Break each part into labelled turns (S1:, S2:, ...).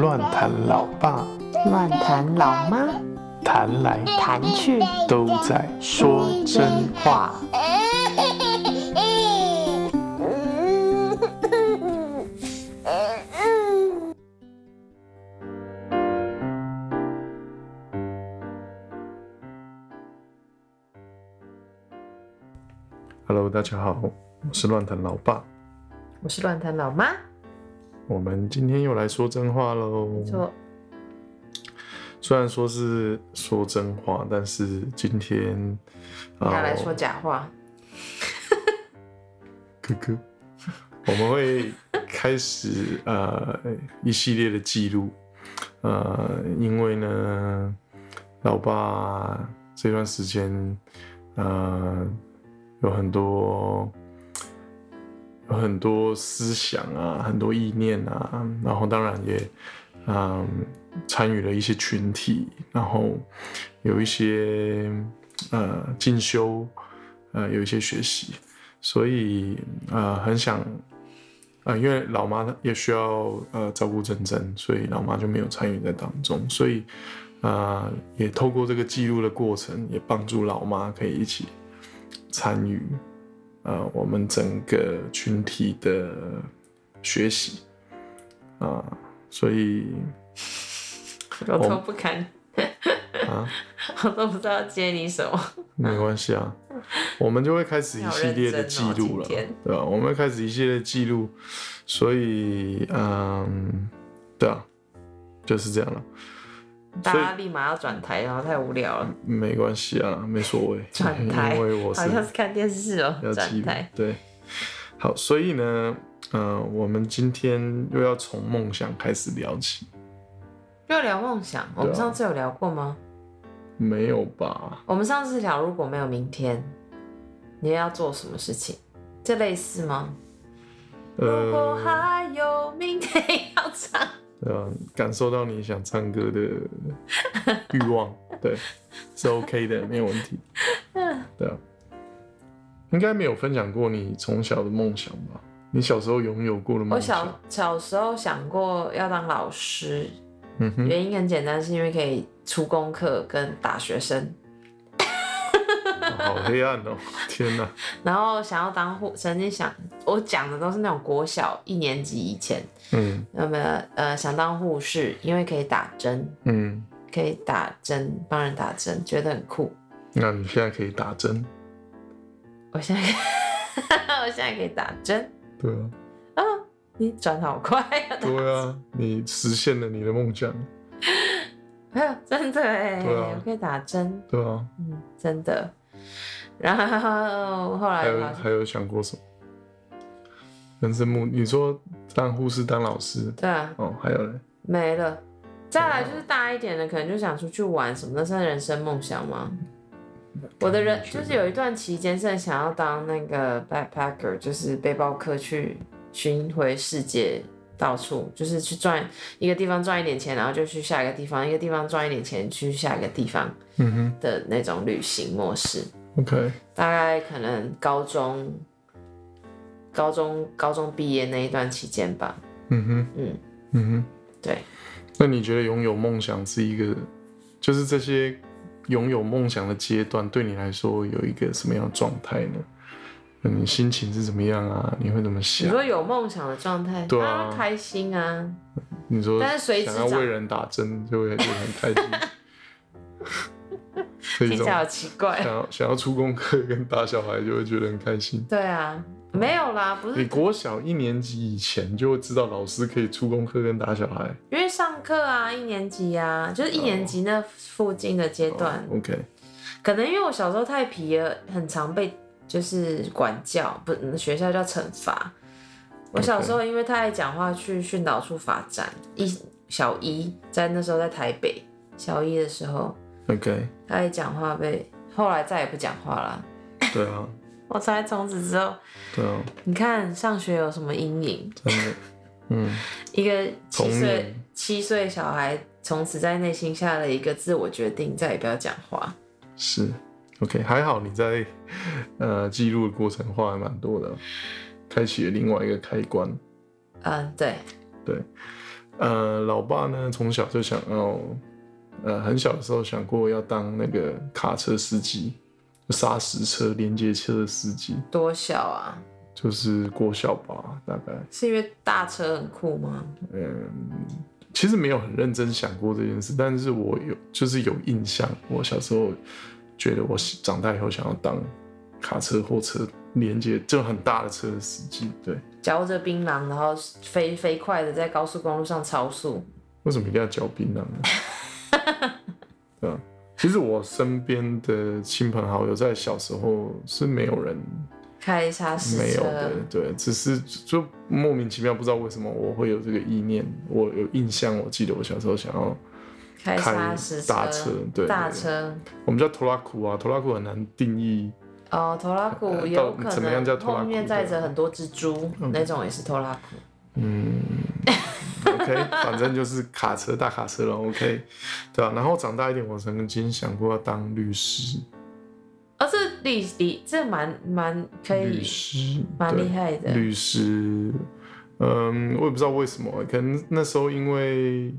S1: 乱弹老爸
S2: 乱弹老妈
S1: 弹来
S2: 弹去
S1: 都在说真话。Hello，大家好，我是乱弹老爸。
S2: 我是乱弹老妈，
S1: 我们今天又来说真话喽。
S2: 没错，
S1: 虽然说是说真话，但是今天
S2: 不要来
S1: 呃
S2: 说假话。
S1: 哥哥， 我们会开始呃一系列的记录，呃，因为呢，老爸这段时间呃有很多有很多思想啊，很多意念啊，然后当然也嗯、参与了一些群体，然后有一些呃进修，呃有一些学习。所以呃很想，呃因为老妈也需要呃照顾珍珍，所以老妈就没有参与在当中，所以呃也透过这个记录的过程，也帮助老妈可以一起参与呃我们整个群体的学习啊、所以
S2: 我都不敢，
S1: 哦啊
S2: 我都不知道接你什么。
S1: 没关系啊，我们就会开始一系列的记录了，
S2: 好认真哦今天
S1: 对吧、啊我们会开始一系列的记录，所以嗯，对啊，就是这样了，
S2: 大
S1: 所以
S2: 家立马要转台，然后太无聊了，
S1: 没关系啊，没所谓，
S2: 转台
S1: 因为我
S2: 好像是
S1: 是
S2: 看电视哦、
S1: 要记
S2: 转
S1: 录
S2: 台，
S1: 对，好，所以呢，呃，我们今天又要从梦想开始聊起，
S2: 又聊梦想。
S1: 啊
S2: 我们上次有聊过吗？
S1: 没有吧？
S2: 我们上次聊如果没有明天，你要做什么事情？这类似吗？如果
S1: 呃，
S2: 还有明天要唱，
S1: 对啊，感受到你想唱歌的欲 望，对，是 OK 的，没有问题。对啊，应该没有分享过你从小的梦想吧？你小时候拥有过的
S2: 我
S1: 梦想？
S2: 小小时候想过要当老师，
S1: 嗯哼，
S2: 原因很简单，是因为可以出功课跟打学生，
S1: 好黑暗哦！ 天哪，
S2: 然后想要当护，曾经想我讲的都是那种国小一年级以前，
S1: 嗯
S2: 那么呃想当护士，因为可以打针，
S1: 嗯，
S2: 可以打针帮人打针，觉得很酷。
S1: 那你现在可以打针？
S2: 我现在 我现在可以打针
S1: 对啊，
S2: 啊！你转好快啊！
S1: 对啊，你实现了你的梦想，
S2: 哎呦真的哎、
S1: 对啊
S2: 我可以打针，
S1: 对啊。
S2: 嗯，真的。然后后来
S1: 还
S2: 我
S1: 有
S2: 发现
S1: 还有想过什么？人生目？你说当护士、当老师？
S2: 对啊，
S1: 哦，还有嘞，
S2: 没了。再来就是大一点的，可能就想出去玩什么，那算人生梦想吗？我的人
S1: 觉
S2: 就
S1: 得
S2: 是有一段期间是很想要当那个 backpacker，就是背包客去巡回世界到处，就是去赚一个地方赚一点钱，然后就去下一个地方，一个地方赚一点钱去下一个地方
S1: 嗯哼
S2: 的那种旅行模式。
S1: ，OK，
S2: 大概可能高中、高中、高中毕业那一段期间吧。
S1: 嗯哼，
S2: 嗯，
S1: 嗯哼。
S2: 对，
S1: 那你觉得拥有梦想是一个，就是这些拥有梦想的阶段，对你来说有一个什么样的状态呢？嗯你心情是怎么样啊？你会怎么
S2: 你
S1: 想？
S2: 说有梦想的状态，
S1: 对啊
S2: 当然开心啊。
S1: 你说
S2: 但是随之
S1: 想要
S2: 长
S1: 为人打针，就会就很开 心。这一种啊
S2: 听起来好
S1: 想
S2: 奇怪。
S1: 要想要出功课跟打小孩，就会觉得很开心。
S2: 对啊，没有啦，不是
S1: 你国小一年级以前就会知道老师可以出功课跟打小孩。
S2: 因为上课啊，一年级啊，就是一年级那附近的阶段，
S1: o k
S2: 可能因为我小时候太皮了，很常被就是管教，不，嗯学校叫惩罚。我小时候因为太爱讲话，去训导处罚站。一小一在那时候在台北，小一的时候
S1: OK，
S2: 太爱讲话被，后来再也不讲话了。
S1: 对啊，
S2: 我才从此之后，
S1: 对啊，
S2: 你看上学有什么阴影？
S1: 真的，嗯。
S2: 一个七
S1: 童
S2: 岁
S1: 年
S2: 七岁小孩，从此在内心下了一个自我决定，再也不要讲话。
S1: 是，OK，还好你在呃记录的过程话还蛮多的，开启了另外一个开关。
S2: 嗯，对，
S1: 呃，老爸呢从小就想要，呃，很小的时候想过要当那个卡车司机，就砂石车连接车的司机，
S2: 多小啊？
S1: 就是郭小吧，大概，
S2: 是因为大车很酷吗？
S1: 嗯，其实没有很认真想过这件事，但是我有就是有印象，我小时候觉得我长大以后想要当卡车或车连接就很大的车的司机，对，
S2: 嚼着槟榔，然后飞飞快的在高速公路上超速。
S1: 为什么一定要嚼槟榔呢？对啊，其实我身边的亲朋好友在小时候是没有人
S2: 开砂石
S1: 没有
S2: 车
S1: 的，，对，只是就莫名其妙不知道为什么我会有这个意念，我有印象，我记得我小时候想要，
S2: 开砂石车，
S1: 大车对
S2: 大
S1: 对
S2: 车
S1: 我们叫拖拉库啊，拖拉库很难定义，
S2: 哦，拖拉
S1: 呃
S2: 库有可
S1: 到底怎么样叫
S2: 能
S1: 拖拉嗯
S2: 后
S1: 库
S2: 面载着很多蜘蛛那种也是拖拉库。
S1: 嗯，OK，反 正就是卡车大卡车了，OK，对啊，然后长大一点，我曾经想过要当律师，
S2: 哦，这理理这蛮蛮可
S1: 律
S2: 以，
S1: 师
S2: 蛮
S1: 对
S2: 厉害的
S1: 律师，嗯，我也不知道为什么，可能那时候因为，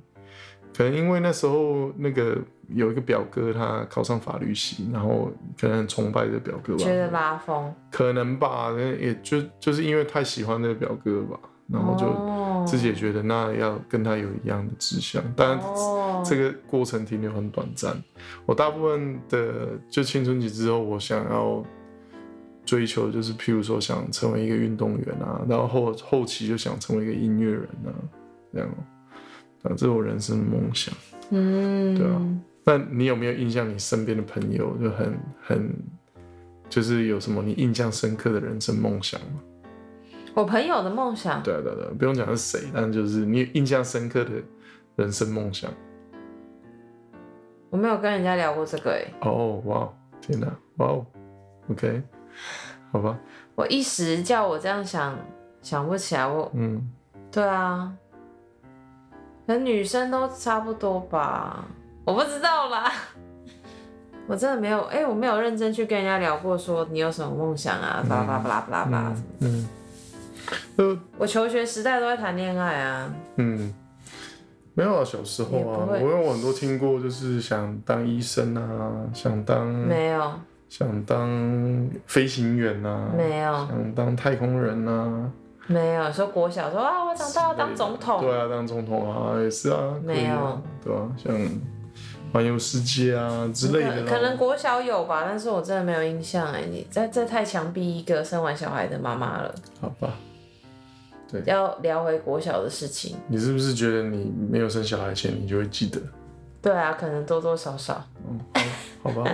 S1: 可能因为那时候那个有一个表哥他考上法律系，然后可能很崇拜这个表哥吧，
S2: 觉得拉风，
S1: 可能吧，可能也就就是因为太喜欢那个表哥吧，然后
S2: 哦
S1: 就
S2: 就
S1: 自己也觉得那要跟他有一样的志向，当然。
S2: 哦
S1: 这个过程停留很短暂。我大部分的就青春期之后，我想要追求就是，譬如说想成为一个运动员啊，然后后后期就想成为一个音乐人啊，这样哦。啊，这是我人生的梦想。
S2: 嗯，
S1: 对啊那你有没有印象？你身边的朋友就很很，就是有什么你印象深刻的人生梦想吗？
S2: 我朋友的梦想，
S1: 对啊对啊对啊，不用讲是谁，但就是你印象深刻的人生梦想。
S2: 我没有跟人家聊过这个哎、
S1: 哦，哇，天哪，哇哦，OK，好吧，
S2: 我一时叫我这样想想不起来，我
S1: 嗯，
S2: 对啊，可能女生都差不多吧，我不知道啦。 我真的没有，哎、我没有认真去跟人家聊过，说你有什么梦想啊，巴拉巴拉巴拉巴拉巴拉。
S1: 嗯，呃，
S2: 我求学时代都在谈恋爱啊，
S1: 嗯，没有啊，小时候
S2: 也不
S1: 啊，我
S2: 会
S1: 有很多听过，就是想当医生啊，想当
S2: 没有，
S1: 想当飞行员啊，
S2: 没有，
S1: 想当太空人啊，
S2: 没有。说国小说啊，我长大要
S1: 之类的
S2: 当总统，
S1: 对啊，当总统啊，也是啊，可以
S2: 没
S1: 啊
S2: 有，
S1: 对啊，像环游世界啊之类的啦，
S2: 可可能国小有吧，但是我真的没有印象哎、你这这太强逼一个生完小孩的妈妈了。
S1: 好吧。
S2: 要聊回国小的事情，
S1: 你是不是觉得你没有生小孩前，你就会记得？
S2: 对啊，可能多多少少，
S1: 嗯，好好 吧。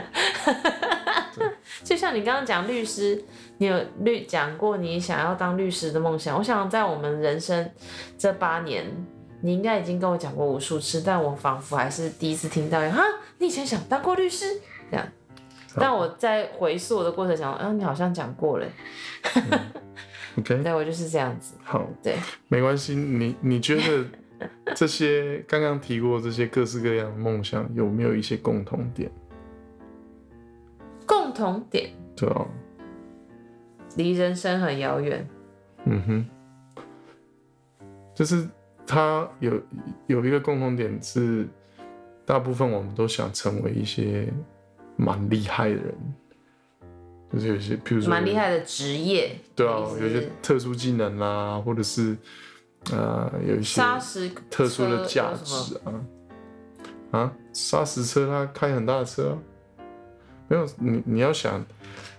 S2: 就像你刚刚讲律师，你有律讲过你想要当律师的梦想。我想在我们人生这八年，你应该已经跟我讲过无数次，但我仿佛还是第一次听到有哈，你以前想当过律师这样。但我在回溯的过程想，啊，你好像讲过了，
S1: OK，
S2: 对我就是这样子，
S1: 好，
S2: 对，
S1: 没关系。你你觉得这些刚刚提过这些各式各样的梦想，有没有一些共同点？
S2: 共同点
S1: 对啊，
S2: 离人生很遥远，
S1: 嗯哼，就是它有有一个共同点是，大部分我们都想成为一些蛮厉害的人，就是有些，譬如说
S2: 蛮厉害的职业，
S1: 对啊
S2: 就，是
S1: 有一些特殊技能啦，或者是呃有一些
S2: 砂石
S1: 特殊的
S2: 车
S1: 价
S2: 有什么
S1: 值啊啊！砂石车它开很大的车、啊，没有你你要想，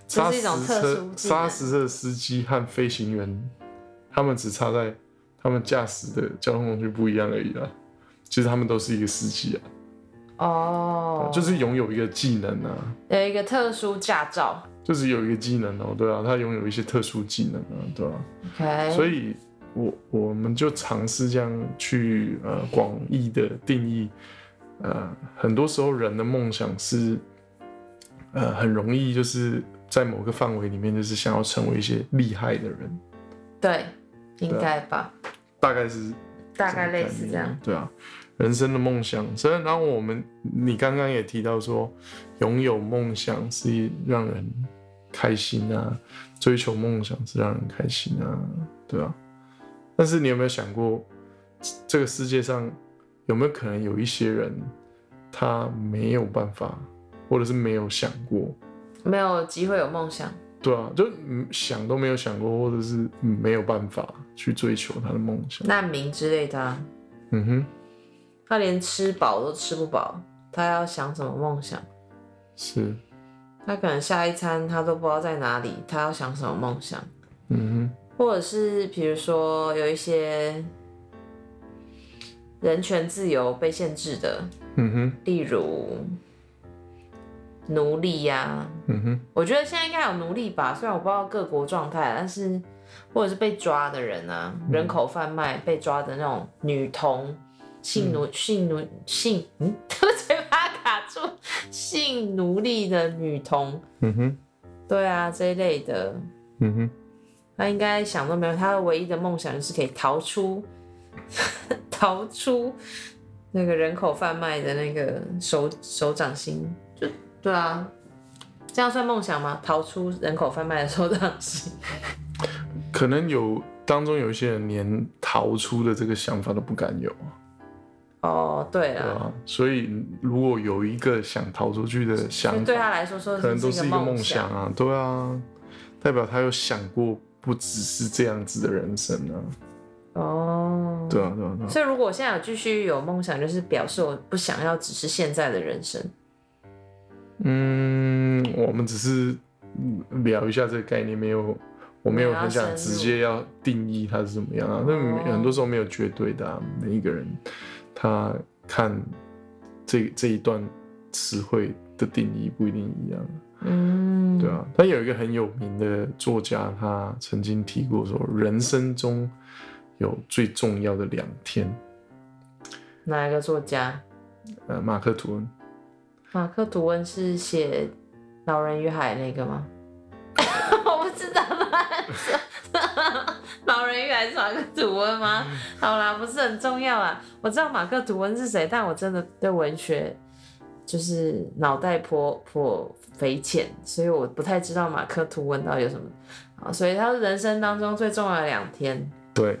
S2: 这
S1: 砂
S2: 是一
S1: 石
S2: 种
S1: 车
S2: 特殊技能
S1: 砂石车司机和飞行员，他们只差在他们驾驶的交通工具不一样而已啊。其实他们都是一个司机啊，
S2: 哦，
S1: 就是拥有一个技能啊，
S2: 有一个特殊驾照
S1: 就是有一个技能哦，对啊，他拥有一些特殊技能啊，对啊。
S2: ，OK，
S1: 所以我我们就尝试这样去呃广义的定义，呃，很多时候人的梦想是，呃，很容易就是在某个范围里面，就是想要成为一些厉害的人，
S2: 对，应该吧，
S1: 大啊概是
S2: 大概类似这样。。
S1: 对啊，人生的梦想，虽然然后我们你刚刚也提到说，拥有梦想是让人开心啊，追求梦想是让人开心啊，对吧、但是你有没有想过，这这个世界上有没有可能有一些人，他没有办法，或者是没有想过，
S2: 没有机会有梦想，
S1: 对啊，就嗯想都没有想过，或者是没有办法去追求他的梦想。
S2: 难民之类的啊、
S1: 嗯哼，
S2: 他连吃饱都吃不饱，他要想什么梦想？
S1: 是，
S2: 他可能下一餐他都不知道在哪里，他要想什么梦想？
S1: 嗯
S2: 或者是比如说有一些人权自由被限制的，
S1: 哼，嗯哼，
S2: 例如奴隶呀、
S1: 嗯哼，
S2: 我觉得现在应该有奴隶吧，虽然我不知道各国状态，但是或者是被抓的人啊，人口贩卖被抓的那种女童、性奴、性奴、性，嗯， 我嘴巴卡住，性奴隶的女童，
S1: 嗯哼，
S2: 对啊，这一类的，
S1: 嗯哼，
S2: 他应该想都没有，他唯一的梦想就是可以逃出， 逃出那个人口贩卖的那个手手掌心，就对啊，这样算梦想吗？逃出人口贩卖的手掌心，
S1: 可能有当中有一些人连逃出的这个想法都不敢有啊。
S2: 哦，对
S1: 对
S2: 了，
S1: 啊，所以如果有一个想逃出去的想
S2: 就
S1: 法，
S2: 对他来说，说
S1: 啊可能都是
S2: 一
S1: 一
S2: 个
S1: 个梦想
S2: 想，
S1: 啊，对啊，代表他有想过不只是这样子的人生啊，
S2: 哦，
S1: 对啊，对啊，对啊，
S2: 所以如果我现在有继续有梦想，就是表示我不想要只是现在的人生。
S1: 嗯，我们只是嗯聊一下这个概念，没有，我没有很想直接要定义它是怎么样啊，那
S2: 哦
S1: 很多时候没有绝对的、啊，每一个人他看这这一段词汇的定义不一定一样啊。
S2: 嗯，
S1: 对啊，但有一个很有名的作家，他曾经提过说，人生中有最重要的两天，
S2: 哪一个作家？
S1: 呃，马克吐温，
S2: 马克吐温是写《老人与海》那个吗？ 我不知道啦，老人与海是马克吐温吗？好啦，不是很重要啊。我知道马克吐温是谁，但我真的对文学就是脑袋颇颇匪浅，所以我不太知道马克吐温到底有什么啊。所以他是人生当中最重要的两天，
S1: 对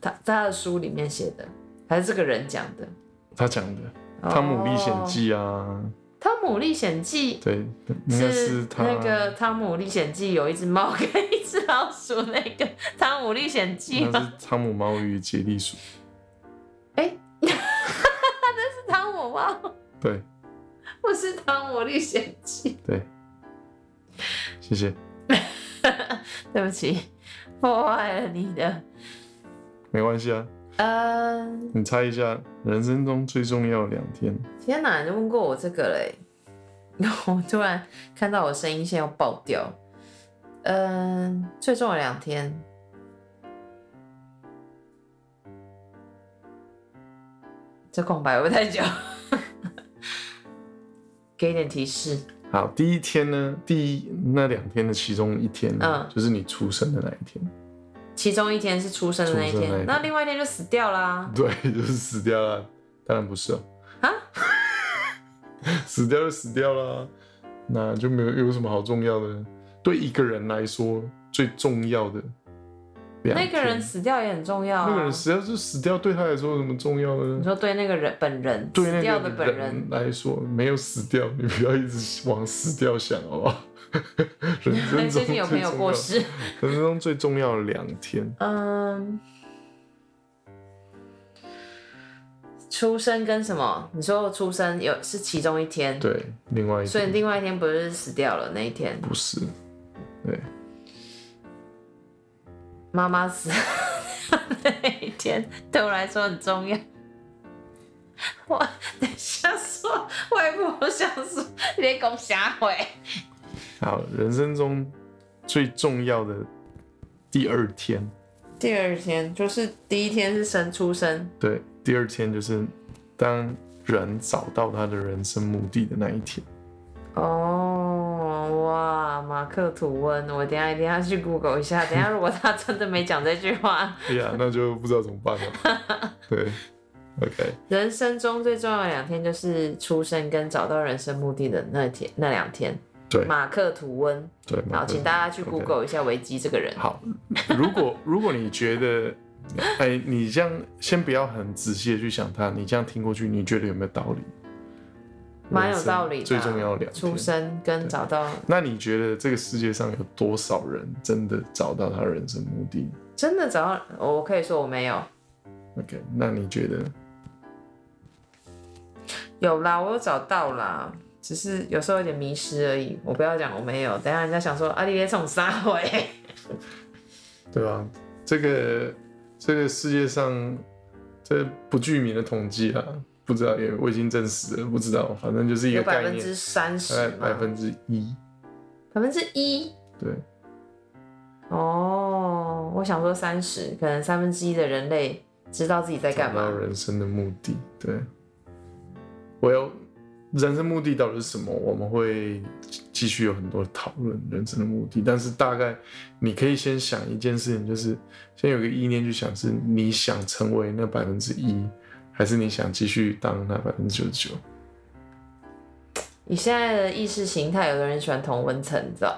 S2: 他在他的书里面写的，还是这个人讲的
S1: 他讲的《汤姆历险
S2: 哦
S1: 记》啊，
S2: 汤姆历险记》
S1: 对，应该是他
S2: 那个《汤姆历险记》有一只猫跟一只老鼠，那个《汤姆历险记》
S1: 那
S2: 吗？
S1: 是汤姆猫与杰利鼠，
S2: 哎，那是汤姆猫，
S1: 对
S2: 不是《汤姆历险记
S1: 对，谢谢，》。
S2: 对不起，破坏了你的。
S1: 没关系啊，
S2: 嗯、
S1: 你猜一下，人生中最重要的两天，
S2: 天哪，你问过我这个嘞？我突然看到我声音线要爆掉。嗯、最重要的两天。这空白会不会太久？给一点提示。
S1: 好，第一天呢，第一那两天的其中一天呢，
S2: 嗯
S1: 就是你出生的那一天。
S2: 其中一天是出生的那一
S1: 出生
S2: 天，
S1: 那一天
S2: 那另外一天就死掉啦。
S1: 对，就是死掉了。当然不是哦、
S2: 啊，
S1: 死掉就死掉啦，那就没有有什么好重要的呢。对一个人来说，最重要的两
S2: 那
S1: 天
S2: 个人，死掉也很重要啊。
S1: 那个人死掉就死掉，对他来说有什么重要的
S2: 你
S1: 呢？
S2: 说对那个人本人
S1: 对
S2: 死掉
S1: 那
S2: 的
S1: 个
S2: 本人
S1: 人来说，没有死掉，你不要一直往死掉想，好不好？ 人
S2: 所
S1: 生
S2: 以
S1: 中最
S2: 最
S1: 重
S2: 近有
S1: 要，
S2: 朋友过世。
S1: 人生中最重要的两天，
S2: 嗯，出生跟什么？你说出生有是其中一天，，
S1: 对，另外一
S2: 所以
S1: 天
S2: 另外一天不是死掉了那一天，
S1: 不是，对，
S2: 妈妈死 那一天对我来说很重要。我等一下说，我也不想说，连讲瞎回。
S1: 好，人生中最重要的第二天，
S2: 第二天就是第一天是生出生，
S1: 对，第二天就是当人找到他的人生目的的那一天。
S2: 哦，哇，马克吐温，我等一下一定要去 Google 一下。等一下如果他 真的没讲这句话，
S1: 哎呀，那就不知道怎么办了。对，OK，
S2: 人生中最重要的两天就是出生跟找到人生目的的那天那两天。
S1: 对
S2: 马克吐温。
S1: 对，马
S2: 好，
S1: 克
S2: 请大家去
S1: OK
S2: Google 一下维基这个人。
S1: 好，如果如果你觉得，哎，你这样先不要很仔细的去想它，你这样听过去，你觉得有没有道理？
S2: 蛮
S1: 人
S2: 有
S1: 生
S2: 道理的啊。
S1: 最重要两
S2: 出
S1: 天。
S2: 生跟找到，
S1: 那你觉得这个世界上有多少人真的找到他人生目的
S2: 真的找到，哦我可以说我没有。
S1: ？OK，那你觉得？
S2: 有啦，我有找到啦，只是有时候有点迷失而已。我不要讲我没有，等一下人家想说啊，你别从撒回。
S1: 对吧？这个这个世界上，这不具名的统计啊，不知道也未经证实了，不知道，反正就是一
S2: 有
S1: 个
S2: 百
S1: 概
S2: 分
S1: 念
S2: 之，三十
S1: 大概
S2: 嘛，
S1: 百分之一。
S2: 百分之一。
S1: 对，
S2: 哦，我想说三十，可能三分之一的人类知道自己在干
S1: 然
S2: 嘛
S1: 后。人生的目的，对，我有人生目的到底是什么？我们会继续有很多讨论人生的目的，但是大概你可以先想一件事情，就是先有个意念去想，是你想成为那百分之一，还是你想继续当那百分之九十九？
S2: 你现在的意识形态，有的人喜欢同温层，你知道？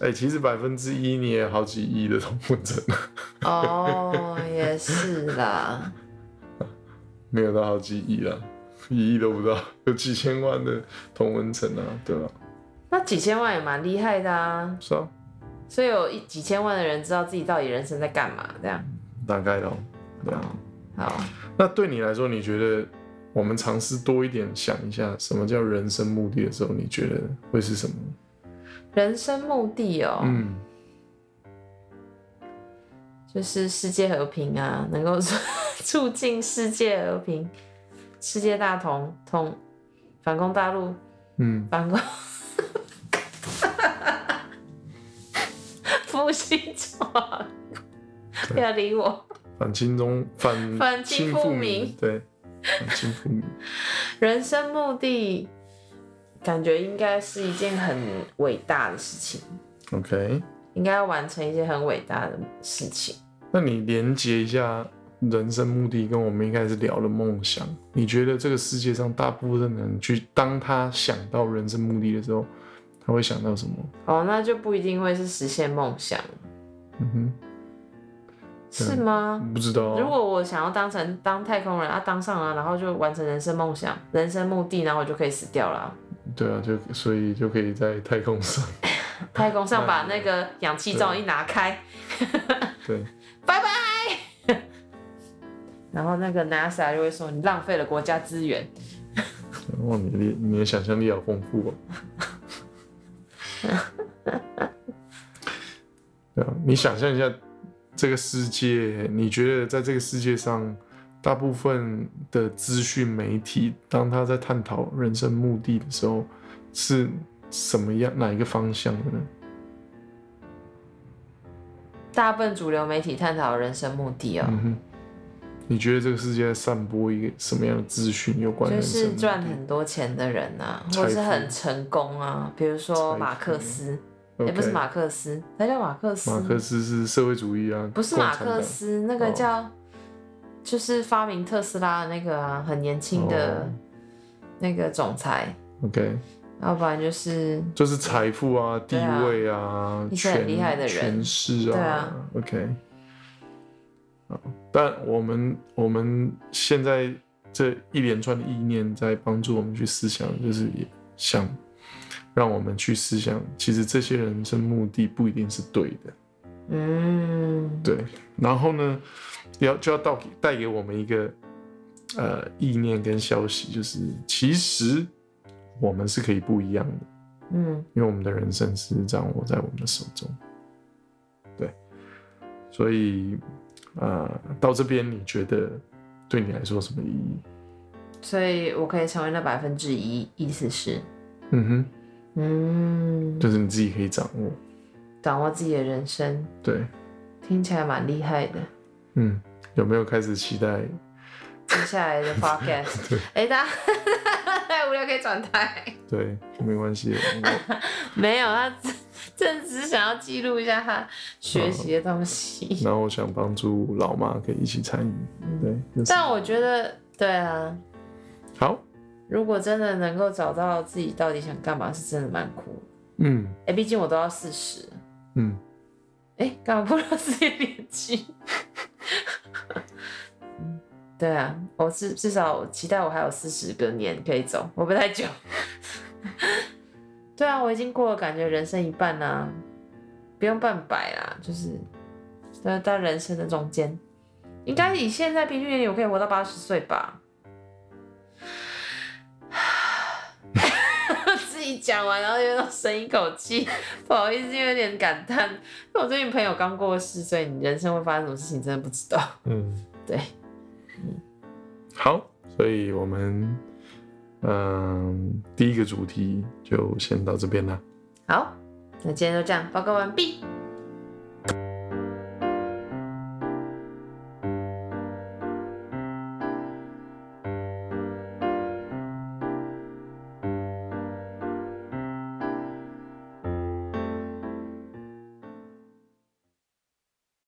S1: 哎、其实百分之一你也好几亿的同温层，
S2: 哦，也是啦。
S1: 没有到好几亿啦，一亿都不到，有几千万的同温层啊，对吧？
S2: 那几千万也蛮厉害的啊，
S1: 是啊，
S2: 所以有一几千万的人知道自己到底人生在干嘛，这样。
S1: 大概咯，对啊。
S2: 好，
S1: 那对你来说，你觉得我们尝试多一点想一下，什么叫人生目的的时候，你觉得会是什么？
S2: 人生目的哦、
S1: 嗯，
S2: 就是世界和平啊，能够 促促进世界和平、世界大同、同反攻大陆、
S1: 嗯，
S2: 反 攻复兴中华民国，不要理我。
S1: 反清中反
S2: 反清复
S1: 复
S2: 明
S1: 对，反清复明，
S2: 人生目的，感觉应该是一件很伟大的事情，
S1: OK，
S2: 应该要完成一些很伟大的事情。
S1: 那你连接一下人生目的跟我们一开始聊的梦想，你觉得这个世界上大部分人去当他想到人生目的的时候，他会想到什么？
S2: 哦，那就不一定会是实现梦想，
S1: 嗯
S2: 是吗？
S1: 哼，不知道啊、
S2: 如果我想要当成当太空人啊，当上了，然后就完成人生梦想、人生目的，然后我就可以死掉了啊。
S1: 对啊，就所以就可以在太空上，
S2: 太空上把那个氧气罩一拿开，
S1: 对，
S2: 拜拜。 然后那个 NASA 就会说你浪费了国家资源。
S1: 哇，你的你的想象力好丰富哦。 对啊，你想象一下这个世界，你觉得在这个世界上，大部分的资讯媒体，当他在探讨人生目的的时候，是什么样哪一个方向的呢？
S2: 大部分主流媒体探讨人生目的哦、
S1: 嗯哼，你觉得这个世界在散播一个什么样的资讯有关嗯
S2: 就
S1: 人生目
S2: 是
S1: 的？
S2: 赚很多钱的人啊，
S1: 财富
S2: 或是很成功啊，比如说马克思，也、
S1: OK
S2: 不是马克思，他叫马克思，
S1: 马克思是社会主义啊，
S2: 不是
S1: 共
S2: 马
S1: 产
S2: 克
S1: 党
S2: 思，那个
S1: 哦
S2: 叫、就是发明特斯拉的那个啊，很年轻的
S1: 哦
S2: 那个总裁，
S1: OK。
S2: 要不然就是
S1: 就是财富啊、地
S2: 对啊
S1: 位啊、
S2: 一些
S1: 权
S2: 很厉害的人
S1: 权势啊。
S2: 对啊
S1: OK，好但我们我们现在这一连串的意念在帮助我们去思想，就是也想让我们去思想，其实这些人生目的不一定是对的。
S2: 嗯，
S1: 对，然后呢，要就要到带给我们一个呃意念跟消息，就是其实我们是可以不一样的。
S2: 嗯，
S1: 因为我们的人生是掌握在我们的手中。对，所以呃，到这边你觉得对你来说有什么意义？
S2: 所以我可以成为那百分之一，意思是，
S1: 嗯哼，
S2: 嗯，
S1: 就是你自己可以掌握。
S2: 掌握自己的人生，
S1: 对，
S2: 听起来蛮厉害的。
S1: 嗯，有没有开始期待？
S2: 接下来的 podcast，哎、大家太无聊可以转台。
S1: 对，没关系，我
S2: 没有，他只正只是想要记录一下他学习的东 西。
S1: 然后我想帮助老妈可以一起参与。对，就是
S2: 但我觉得，对啊，
S1: 好，
S2: 如果真的能够找到自己到底想干嘛，是真的蛮酷的。
S1: 嗯
S2: 哎、毕竟我都要四十，
S1: 嗯，
S2: 哎、干嘛不知道自己的年纪？嗯 对啊，我至至少我期待我还有四十个年可以走，我不太久。 对啊，我已经过了感觉人生一半啦、不用半百啦，就是到到人生的中间，应该以现在平均年龄，我可以活到八十岁吧。 自己讲完，然后又要深一口气，不好意思，有点感叹。因 为我最近朋友刚过世，所以你人生会发生什么事情，真的不知道。
S1: 嗯，
S2: 对，
S1: 好，所以我们呃嗯第一个主题就先到这边啦。
S2: 好，那今天就这样，报告完毕。